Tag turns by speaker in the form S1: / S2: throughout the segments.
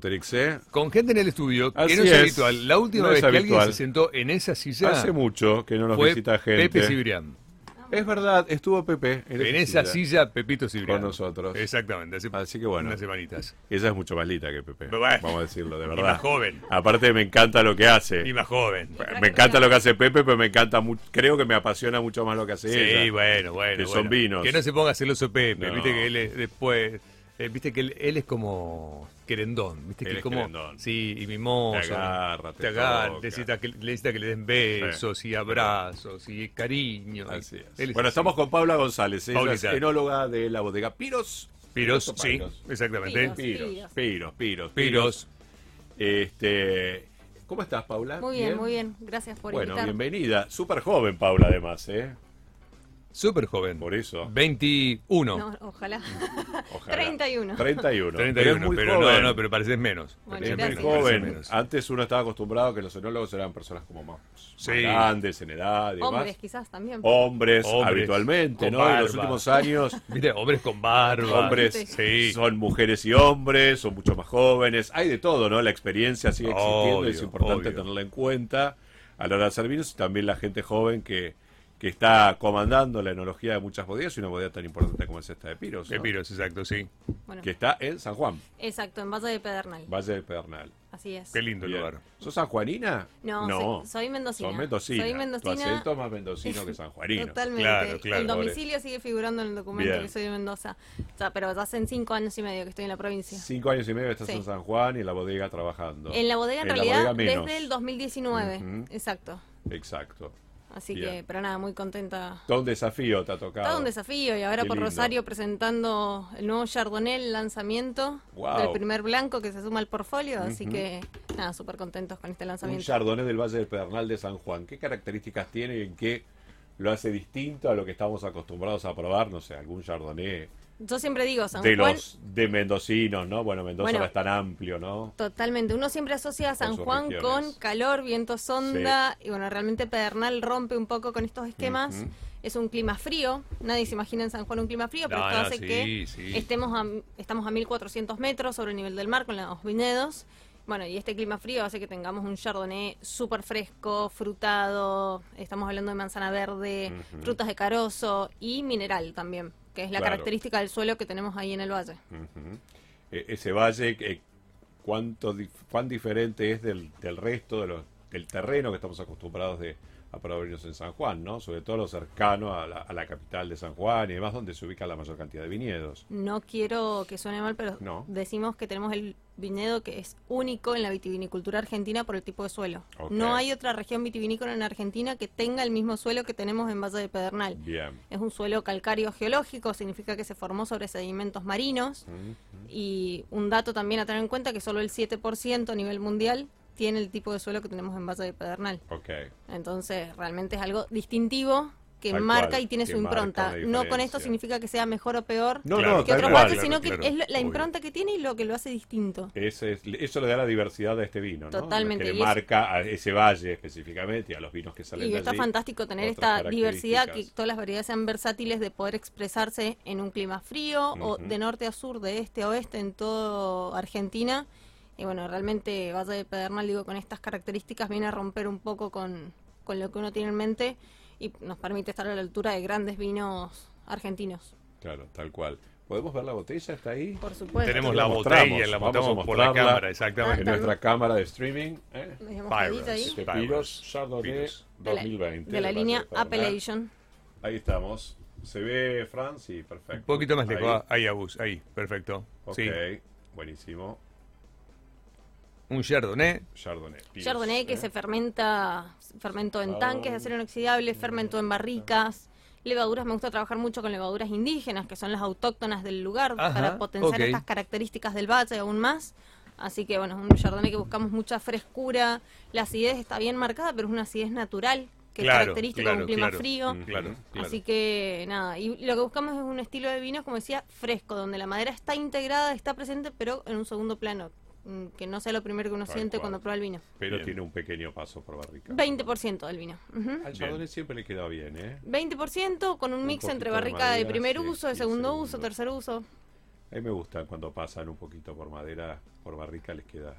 S1: Asterix, ¿eh?
S2: Con gente en el estudio, que
S1: Así
S2: no es,
S1: es.
S2: habitual. La última
S1: No es
S2: vez que alguien
S1: habitual.
S2: se sentó en esa silla
S1: Hace mucho que no nos
S2: fue
S1: visita gente.
S2: Pepe Cibrián.
S1: Es verdad, estuvo Pepe
S2: En esa silla, Pepito Cibrián.
S1: Con nosotros.
S2: Exactamente, hace
S1: Así que bueno.
S2: unas semanitas.
S1: Ella es mucho más linda que Pepe.
S2: Pero bueno.
S1: Vamos a decirlo, de
S2: Y
S1: verdad.
S2: más joven.
S1: Aparte me encanta lo que hace.
S2: Y más joven.
S1: Me encanta lo que hace Pepe, pero me encanta mu- creo que me apasiona mucho más lo que hace
S2: Sí,
S1: ella.
S2: bueno, bueno.
S1: Que son
S2: bueno.
S1: vinos.
S2: Que no se ponga celoso Pepe.
S1: No.
S2: Viste que él es después. eh, Viste que él, él es como querendón. Viste que
S1: Él
S2: él
S1: es
S2: como.
S1: querendón.
S2: Sí, y mimoso.
S1: Te agarra, te
S2: agarra,
S1: toca.
S2: necesita que, necesita que le den besos y abrazos y cariño.
S1: Así es.
S2: Él
S1: Bueno,
S2: así.
S1: estamos con Paula González, ella
S2: Paulita.
S1: es enóloga de la bodega Piros.
S2: Piros, sí,
S1: Piros.
S2: exactamente.
S3: Piros.
S1: Piros, Piros, Piros.
S2: Piros.
S1: Este, ¿cómo estás, Paula?
S3: Muy bien, muy bien. Gracias por
S1: bueno,
S3: invitarme.
S1: bienvenida. Súper joven, Paula, además, ¿eh?
S2: Súper joven.
S1: Por eso.
S2: 21.
S3: No, ojalá.
S1: Ojalá.
S3: 31.
S1: 31.
S2: 31,
S1: es muy
S2: pero
S1: joven.
S2: no, no, pero pareces menos.
S3: Bueno,
S2: Pareces
S1: Es
S3: gracias.
S1: muy
S2: menos, pareces
S1: joven.
S2: menos.
S1: Antes uno estaba acostumbrado a que los enólogos eran personas como más
S2: Sí.
S1: grandes en edad y demás.
S3: Hombres quizás también.
S1: Hombres,
S2: Hombres,
S1: habitualmente,
S2: con
S1: ¿no? En
S2: barba.
S1: los últimos años,
S2: Viste, hombres con barba.
S1: hombres
S2: Sí.
S1: son mujeres y hombres, son mucho más jóvenes. Hay de todo, ¿no? La experiencia sigue existiendo y es
S2: Obvio,
S1: importante
S2: obvio.
S1: tenerla en cuenta a la hora de servirnos. Y También la gente joven que, que está comandando la enología de muchas bodegas y una bodega tan importante como es esta de Piros. ¿no?
S2: De Piros, exacto, sí.
S3: Bueno,
S1: Que está en San Juan,
S3: exacto, en Valle de Pedernal.
S1: Valle de Pedernal.
S3: Así es.
S2: Qué lindo
S1: Bien.
S2: lugar.
S1: ¿Sos sanjuanina?
S3: No, soy- soy mendocina.
S1: Sos mendocina.
S3: Soy
S1: Tu
S3: mendocina.
S1: acento es más mendocino que sanjuanino.
S3: Totalmente.
S2: Claro, claro,
S3: el
S1: pobre.
S3: domicilio sigue figurando en el documento
S1: Bien.
S3: que soy de Mendoza. O sea, pero ya hacen cinco años y medio que estoy en la provincia.
S1: Cinco años y medio estás
S3: Sí.
S1: en San Juan y en la bodega trabajando.
S3: En la bodega, en,
S1: la
S3: realidad,
S1: bodega menos.
S3: desde el 2019.
S1: Ujú.
S3: Exacto.
S1: Exacto.
S3: Así
S1: Bien.
S3: que, pero nada, muy contenta.
S1: Todo un desafío te ha tocado.
S3: Todo un desafío y ahora
S1: Qué
S3: por
S1: lindo.
S3: Rosario presentando el nuevo Chardonnay, el lanzamiento
S1: Guau.
S3: del primer blanco que se suma al portfolio, así que nada, súper contentos con este
S1: Un
S3: lanzamiento.
S1: chardonnay del Valle del Pedernal de San Juan. ¿Qué características tiene y en qué lo hace distinto a lo que estamos acostumbrados a probar? No sé, algún chardonnay
S3: Yo siempre digo, San
S1: de
S3: Juan,
S1: los de mendocinos, ¿no? Bueno, Mendoza
S3: Bueno.
S1: no es tan amplio, ¿no?
S3: totalmente, uno siempre asocia a San
S1: sus
S3: Juan
S1: regiones.
S3: con calor, vientos sonda, y bueno, realmente Pedernal rompe un poco con estos esquemas.
S1: Ujú.
S3: Es un clima frío, nadie se imagina en San Juan un clima frío, pero
S2: No,
S3: esto
S2: no,
S3: hace
S2: sí,
S3: que
S2: sí.
S3: estemos a, estamos a 1400 metros sobre el nivel del mar con los viñedos. Bueno, y este clima frío hace que tengamos un chardonnay súper fresco, frutado, estamos hablando de manzana verde, frutas de carozo y mineral también, que es la
S1: Claro.
S3: característica del suelo que tenemos ahí en el valle.
S1: Ujú. E- ese valle, eh, ¿cuánto, dif- ¿cuán diferente es del, del resto de los- del terreno que estamos acostumbrados de, a probarnos en San Juan, ¿no? Sobre todo lo cercano a la, a la capital de San Juan y demás, donde se ubica la mayor cantidad de viñedos.
S3: No quiero que suene mal, pero
S1: No.
S3: decimos que tenemos el viñedo que es único en la vitivinicultura argentina por el tipo de suelo.
S1: Ok.
S3: No hay otra región vitivinícola en Argentina que tenga el mismo suelo que tenemos en Valle de Pedernal.
S1: Bien.
S3: Es un suelo calcáreo geológico, significa que se formó sobre sedimentos marinos. Y un dato también a tener en cuenta que solo el 7% a nivel mundial tiene el tipo de suelo que tenemos en Valle de Pedernal.
S1: Ok.
S3: Entonces, realmente es algo distintivo que
S1: Tal
S3: marca
S1: cual,
S3: y tiene
S1: que
S3: su
S1: marca
S3: impronta.
S1: una
S3: No con esto
S1: diferencia.
S3: significa que sea mejor o peor
S1: No,
S2: Claro,
S1: no,
S3: que
S1: tal
S3: otro
S2: claro,
S1: cual.
S3: parque, sino
S2: claro.
S3: que es lo- la
S2: Obvio.
S3: impronta que tiene y lo que lo hace distinto.
S1: Ese es- eso le da la diversidad a este vino, ¿no?
S3: Totalmente,
S1: Que le
S3: y es-
S1: marca a ese valle específicamente y a los vinos que salen
S3: Y
S1: de
S3: está
S1: allí,
S3: fantástico tener
S1: otras
S3: esta diversidad, que
S1: características.
S3: todas las variedades sean versátiles de poder expresarse en un clima frío o
S1: Ujú.
S3: de norte a sur, de este a oeste, en todo Argentina. Y bueno, realmente Valle de Pedernal, digo, con estas características viene a romper un poco con, con lo que uno tiene en mente y nos permite estar a la altura de grandes vinos argentinos.
S1: Claro, tal cual. ¿Podemos ver la botella? ¿Está ahí?
S3: Por supuesto.
S2: Tenemos
S1: Te
S2: la
S1: la mostramos,
S2: botella, la
S1: vamos a
S2: montamos por la
S1: mostrarla.
S2: cámara,
S1: En
S2: exactamente.
S3: Ah,
S1: nuestra cámara de streaming. ¿eh?
S3: Nos llamamos
S2: Pyrus.
S3: ahí.
S2: Sí.
S1: Este
S2: Vibers.
S1: Piros Chardonnay
S2: Piros.
S3: De la-
S1: 2020.
S3: De la,
S1: del
S3: línea
S1: Valle de Paraná.
S3: Appellation.
S1: Ah, Ahí estamos. Se ve, Fran, sí, perfecto.
S2: Un poquito más
S1: Ahí.
S2: lejos. Ah, Ahí, Abus, ahí, perfecto.
S1: Ok,
S2: Sí.
S1: buenísimo.
S2: Un Chardonnay.
S1: Chardonnay. Piros,
S3: Chardonnay que
S1: ¿eh?
S3: se fermenta, fermento en
S1: Ah.
S3: tanques de acero inoxidable, fermento en barricas. Levaduras, me gusta trabajar mucho con levaduras indígenas, que son las autóctonas del lugar,
S2: Ajá,
S3: para
S2: ok.
S3: potenciar estas características del valle aún más. Así que bueno, es un chardonnay que buscamos mucha frescura. La acidez está bien marcada, pero es una acidez natural, que es
S2: Claro,
S3: característica de
S2: claro,
S3: un clima
S2: claro.
S3: frío.
S1: Mm.
S2: Claro, claro.
S3: Así que nada, y lo que buscamos es un estilo de vino, como decía, fresco, donde la madera está integrada, está presente, pero en un segundo plano, mm, que no sea lo primero que uno
S1: Tal
S3: siente
S1: cual.
S3: cuando prueba el vino.
S1: Pero
S2: Bien.
S1: tiene un pequeño paso por barrica.
S3: 20% del vino. ujú.
S1: Al Chardonnay siempre le queda bien, ¿eh?
S3: 20% con un mix
S1: poquito
S3: entre
S1: de
S3: barrica de
S1: madera,
S3: primer
S1: sí,
S3: uso, de
S1: y
S3: segundo
S1: segundo.
S3: uso, tercer uso.
S1: A mí me gusta cuando pasan un poquito por madera, por barrica, les queda.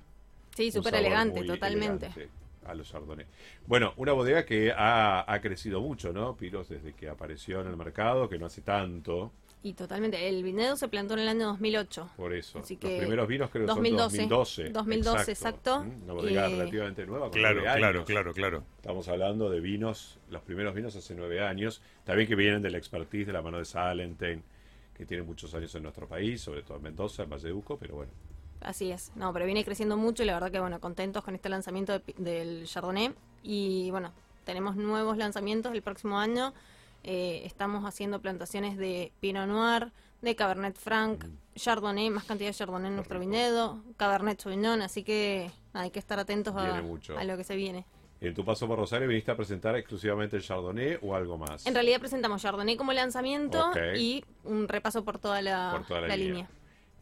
S3: Sí,
S1: un
S3: súper
S1: sabor
S3: elegante,
S1: muy
S3: totalmente.
S1: elegante a los chardonnay. Bueno, una bodega que ha, ha crecido mucho, ¿no? Piros desde que apareció en el mercado, que no hace tanto,
S3: Y totalmente. El viñedo se plantó en el año 2008.
S1: por eso.
S3: Así
S1: los
S3: que
S1: primeros vinos creo que
S3: 2012.
S1: son 2012.
S3: 2012, exacto. Eh,
S1: Mm, Una bodega
S3: Y-
S1: relativamente nueva. con
S2: Claro,
S1: nueve años.
S2: claro, claro, claro.
S1: Estamos hablando de vinos, los primeros vinos hace nueve años, también que vienen de la expertise de la mano de Salentin, que tiene muchos años en nuestro país, sobre todo en Mendoza, en Valledeuco, pero bueno,
S3: Así es. No, pero viene creciendo mucho y la verdad que, bueno, contentos con este lanzamiento de pi- del Chardonnay. Y bueno, tenemos nuevos lanzamientos el próximo año. Eh, estamos haciendo plantaciones de Pinot Noir, de Cabernet Franc,
S1: Mm.
S3: Chardonnay, más cantidad de Chardonnay en nuestro
S1: rico.
S3: viñedo, Cabernet Sauvignon, así que nada, hay que estar atentos a,
S1: Viene mucho.
S3: a lo que se viene.
S1: En tu paso por Rosario viniste a presentar exclusivamente el Chardonnay o algo más.
S3: En realidad presentamos Chardonnay como lanzamiento
S1: Ok.
S3: y un repaso por toda la,
S1: por toda la,
S3: la
S1: línea.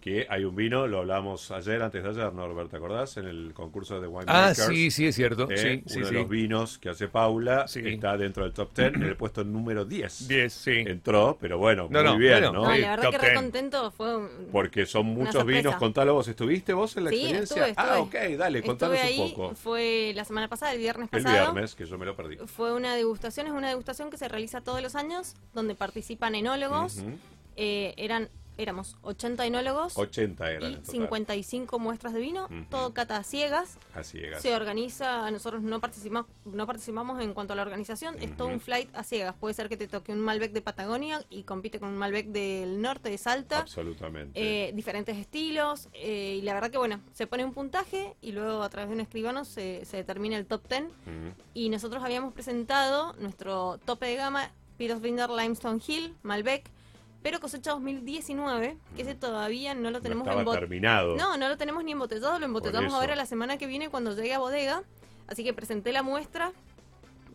S1: Que hay un vino, lo hablamos ayer, antes de ayer, Norbert, ¿te acordás? En el concurso de
S2: Ah,
S1: Winemakers.
S2: sí, sí, es cierto.
S1: eh, uno
S2: Sí, sí,
S1: de
S2: sí.
S1: los vinos que hace Paula
S2: Sí.
S1: está dentro del top 10, en el puesto número 10.
S2: 10, sí.
S1: Entró, pero bueno,
S2: No,
S1: muy
S2: no,
S1: bien,
S2: bueno,
S1: ¿no?
S3: No,
S2: Sí,
S3: la verdad
S2: top
S3: que re
S2: 10.
S3: contento fue un-
S1: Porque son muchos
S3: sorpresa.
S1: vinos. Contalo vos, ¿estuviste vos en la
S3: Sí,
S1: experiencia?
S3: estuve,
S1: Ah, ok,
S3: estuve.
S1: dale, contanos
S3: Estuve ahí,
S1: un poco.
S3: Fue la semana pasada, el viernes
S1: El
S3: pasado.
S1: viernes, que yo me lo perdí.
S3: Fue una degustación, es una degustación que se realiza todos los años, donde participan enólogos.
S1: Ujú.
S3: Eh, eran, éramos 80 enólogos
S1: 80 eran
S3: y
S1: en total.
S3: 55 muestras de vino,
S1: Ujú.
S3: todo cata a ciegas.
S1: Así llegas.
S3: Se organiza, nosotros no participamos, no participamos en cuanto a la organización, es todo
S1: Ujú.
S3: un flight a ciegas. Puede ser que te toque un Malbec de Patagonia y compite con un Malbec del norte de Salta.
S1: Absolutamente.
S3: eh, diferentes estilos eh, y la verdad que bueno, se pone un puntaje y luego a través de un escribano se, se determina el top 10
S1: Ujú.
S3: y nosotros habíamos presentado nuestro tope de gama Piros Binder Limestone Hill Malbec, pero cosecha 2019, que ese todavía no lo tenemos
S1: Mm. no
S3: en
S1: estaba
S3: bot-
S1: terminado.
S3: No, no lo tenemos ni embotellado, lo embotellamos
S1: eso.
S3: ahora la semana que viene cuando llegue a bodega, así que presenté la muestra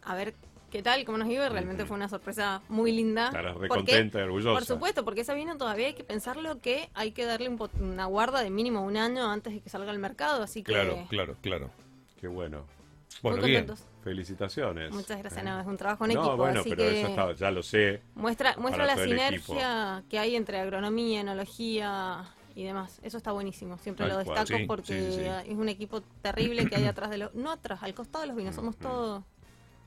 S3: a ver qué tal, cómo nos iba, y realmente
S1: Ujú.
S3: fue una sorpresa muy linda.
S1: Estarás
S3: porque
S1: recontenta y orgullosa.
S3: por supuesto, porque ese vino todavía hay que pensarlo que hay que darle un po- una guarda de mínimo un año antes de que salga al mercado, así que
S2: Claro, claro, claro.
S1: Qué bueno.
S2: Bueno,
S3: muy
S2: bien.
S3: contentos.
S1: Felicitaciones.
S3: Muchas gracias,
S1: Eh.
S3: no, es un trabajo en equipo,
S1: No, bueno,
S3: así
S1: pero
S3: que
S1: eso está, ya lo sé.
S3: muestra, muestra la
S1: todo el
S3: sinergia que hay entre agronomía, enología y demás. Eso está buenísimo, siempre
S1: Tal
S3: lo
S1: cual,
S3: destaco
S2: sí,
S3: porque
S2: sí, sí, sí.
S3: es un equipo terrible que hay atrás de los... No atrás, al costado de los vinos, somos todos,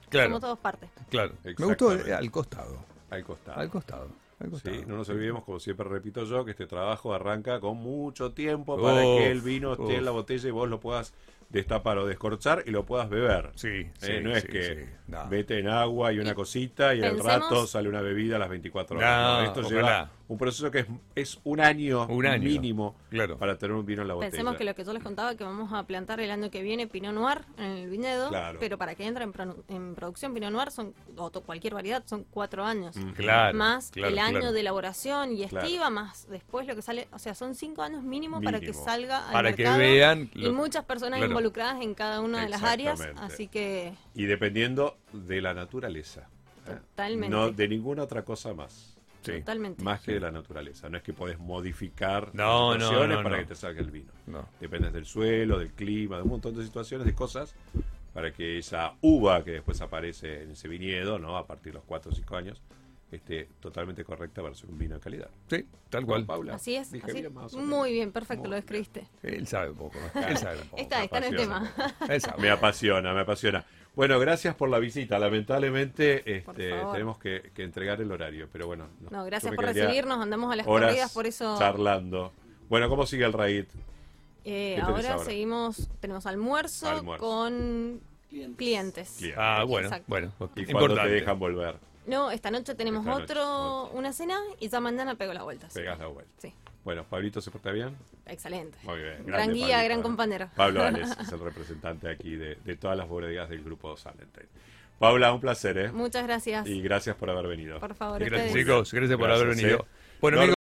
S2: Claro,
S3: somos todos parte.
S2: claro.
S1: Exactamente.
S2: Me gustó eh, al costado.
S1: Al costado.
S2: Al costado. Al costado.
S1: Sí, no nos olvidemos, como siempre repito yo, que este trabajo arranca con mucho tiempo para que el
S2: Uf,
S1: vino esté en
S2: uf.
S1: la botella y vos lo puedas destapar o descorchar y lo puedas beber.
S2: Sí,
S1: Eh,
S2: sí,
S1: no es
S2: sí,
S1: que
S2: sí. No.
S1: vete en agua y una cosita y al
S3: Pensemos-
S1: rato sale una bebida a las 24 horas.
S2: No,
S1: Esto
S2: ojalá.
S1: lleva un proceso que es, es un, año
S2: Un año,
S1: mínimo
S2: claro.
S1: para tener un vino en la botella.
S3: Pensemos que lo que yo les contaba que vamos a plantar el año que viene Pinot Noir en el viñedo,
S1: Claro.
S3: pero para que entre en, produ- en producción Pinot Noir son o to- cualquier variedad son cuatro años.
S1: Mm,
S2: Claro.
S3: más
S2: claro,
S3: el año
S2: claro.
S3: de elaboración y
S1: Claro.
S3: estiva, más después lo que sale, o sea, son cinco años mínimo, para que
S1: Mínimo.
S3: salga al
S2: Para que
S3: mercado
S2: vean
S3: y
S2: lo-
S3: muchas personas
S2: claro.
S3: involucradas en cada una de las áreas,
S1: Exactamente.
S3: así que
S1: Y dependiendo de la naturaleza. ¿eh?
S3: Totalmente.
S1: No de ninguna otra cosa más.
S2: Sí.
S3: totalmente.
S1: Más que de la naturaleza. No es que podés modificar
S2: No,
S1: las
S2: no,
S1: situaciones
S2: no,
S1: para
S2: no.
S1: que te salga el vino.
S2: No.
S1: Dependes del suelo, del clima, de un montón de situaciones, de cosas, para que esa uva que después aparece en ese viñedo, ¿no? A partir de los 4 o 5 años, esté totalmente correcta para ser un vino de calidad.
S2: Sí, tal cual.
S1: Paula,
S3: Así es,
S1: dije
S3: así-
S1: bien, más o menos.
S3: muy bien, perfecto,
S1: Muy
S3: lo describiste.
S2: Él sabe un poco. ¿no? Él sabe un poco.
S3: Está, está en el
S1: Oh, apasiona.
S3: tema.
S2: Él sabe.
S1: Me apasiona, me apasiona. Bueno, gracias por la visita. Lamentablemente
S3: Por
S1: este,
S3: favor.
S1: tenemos que, que entregar el horario, pero bueno. no-
S3: No,
S1: yo
S3: gracias
S1: me
S3: por
S1: quedaría
S3: recibirnos, andamos a las
S1: horas
S3: corridas, por eso
S1: charlando. Bueno, ¿cómo sigue el raid? ¿Qué
S3: eh,
S1: tenés
S3: ahora,
S1: ahora?
S3: seguimos, tenemos almuerzo,
S1: Almuerzo.
S3: con clientes.
S1: Clientes.
S2: Ah, bueno,
S3: Exacto.
S2: bueno.
S1: ¿Y cuándo te
S2: Importante.
S1: dejan volver?
S3: No, esta noche tenemos
S1: Esta noche,
S3: otro,
S1: otro.
S3: una cena y ya mañana pego la vuelta. sí.
S1: Pegás la vuelta.
S3: Sí,
S1: Bueno, Pablito se porta bien.
S3: excelente.
S1: Muy bien.
S3: Gran
S1: grande
S3: guía,
S1: Pablito,
S3: gran
S1: ¿eh?
S3: compañero.
S1: Pablo Ales es el representante aquí de, de todas las bodegas del grupo Salentine. Paula, un placer, ¿eh?
S3: Muchas gracias.
S1: Y gracias por haber venido.
S3: Por favor,
S1: Que estés
S2: Gracias,
S3: ustedes.
S1: muy bien.
S2: chicos. Gracias por haber
S1: Gracias,
S2: venido.
S1: ¿eh?
S2: Bueno, amigos.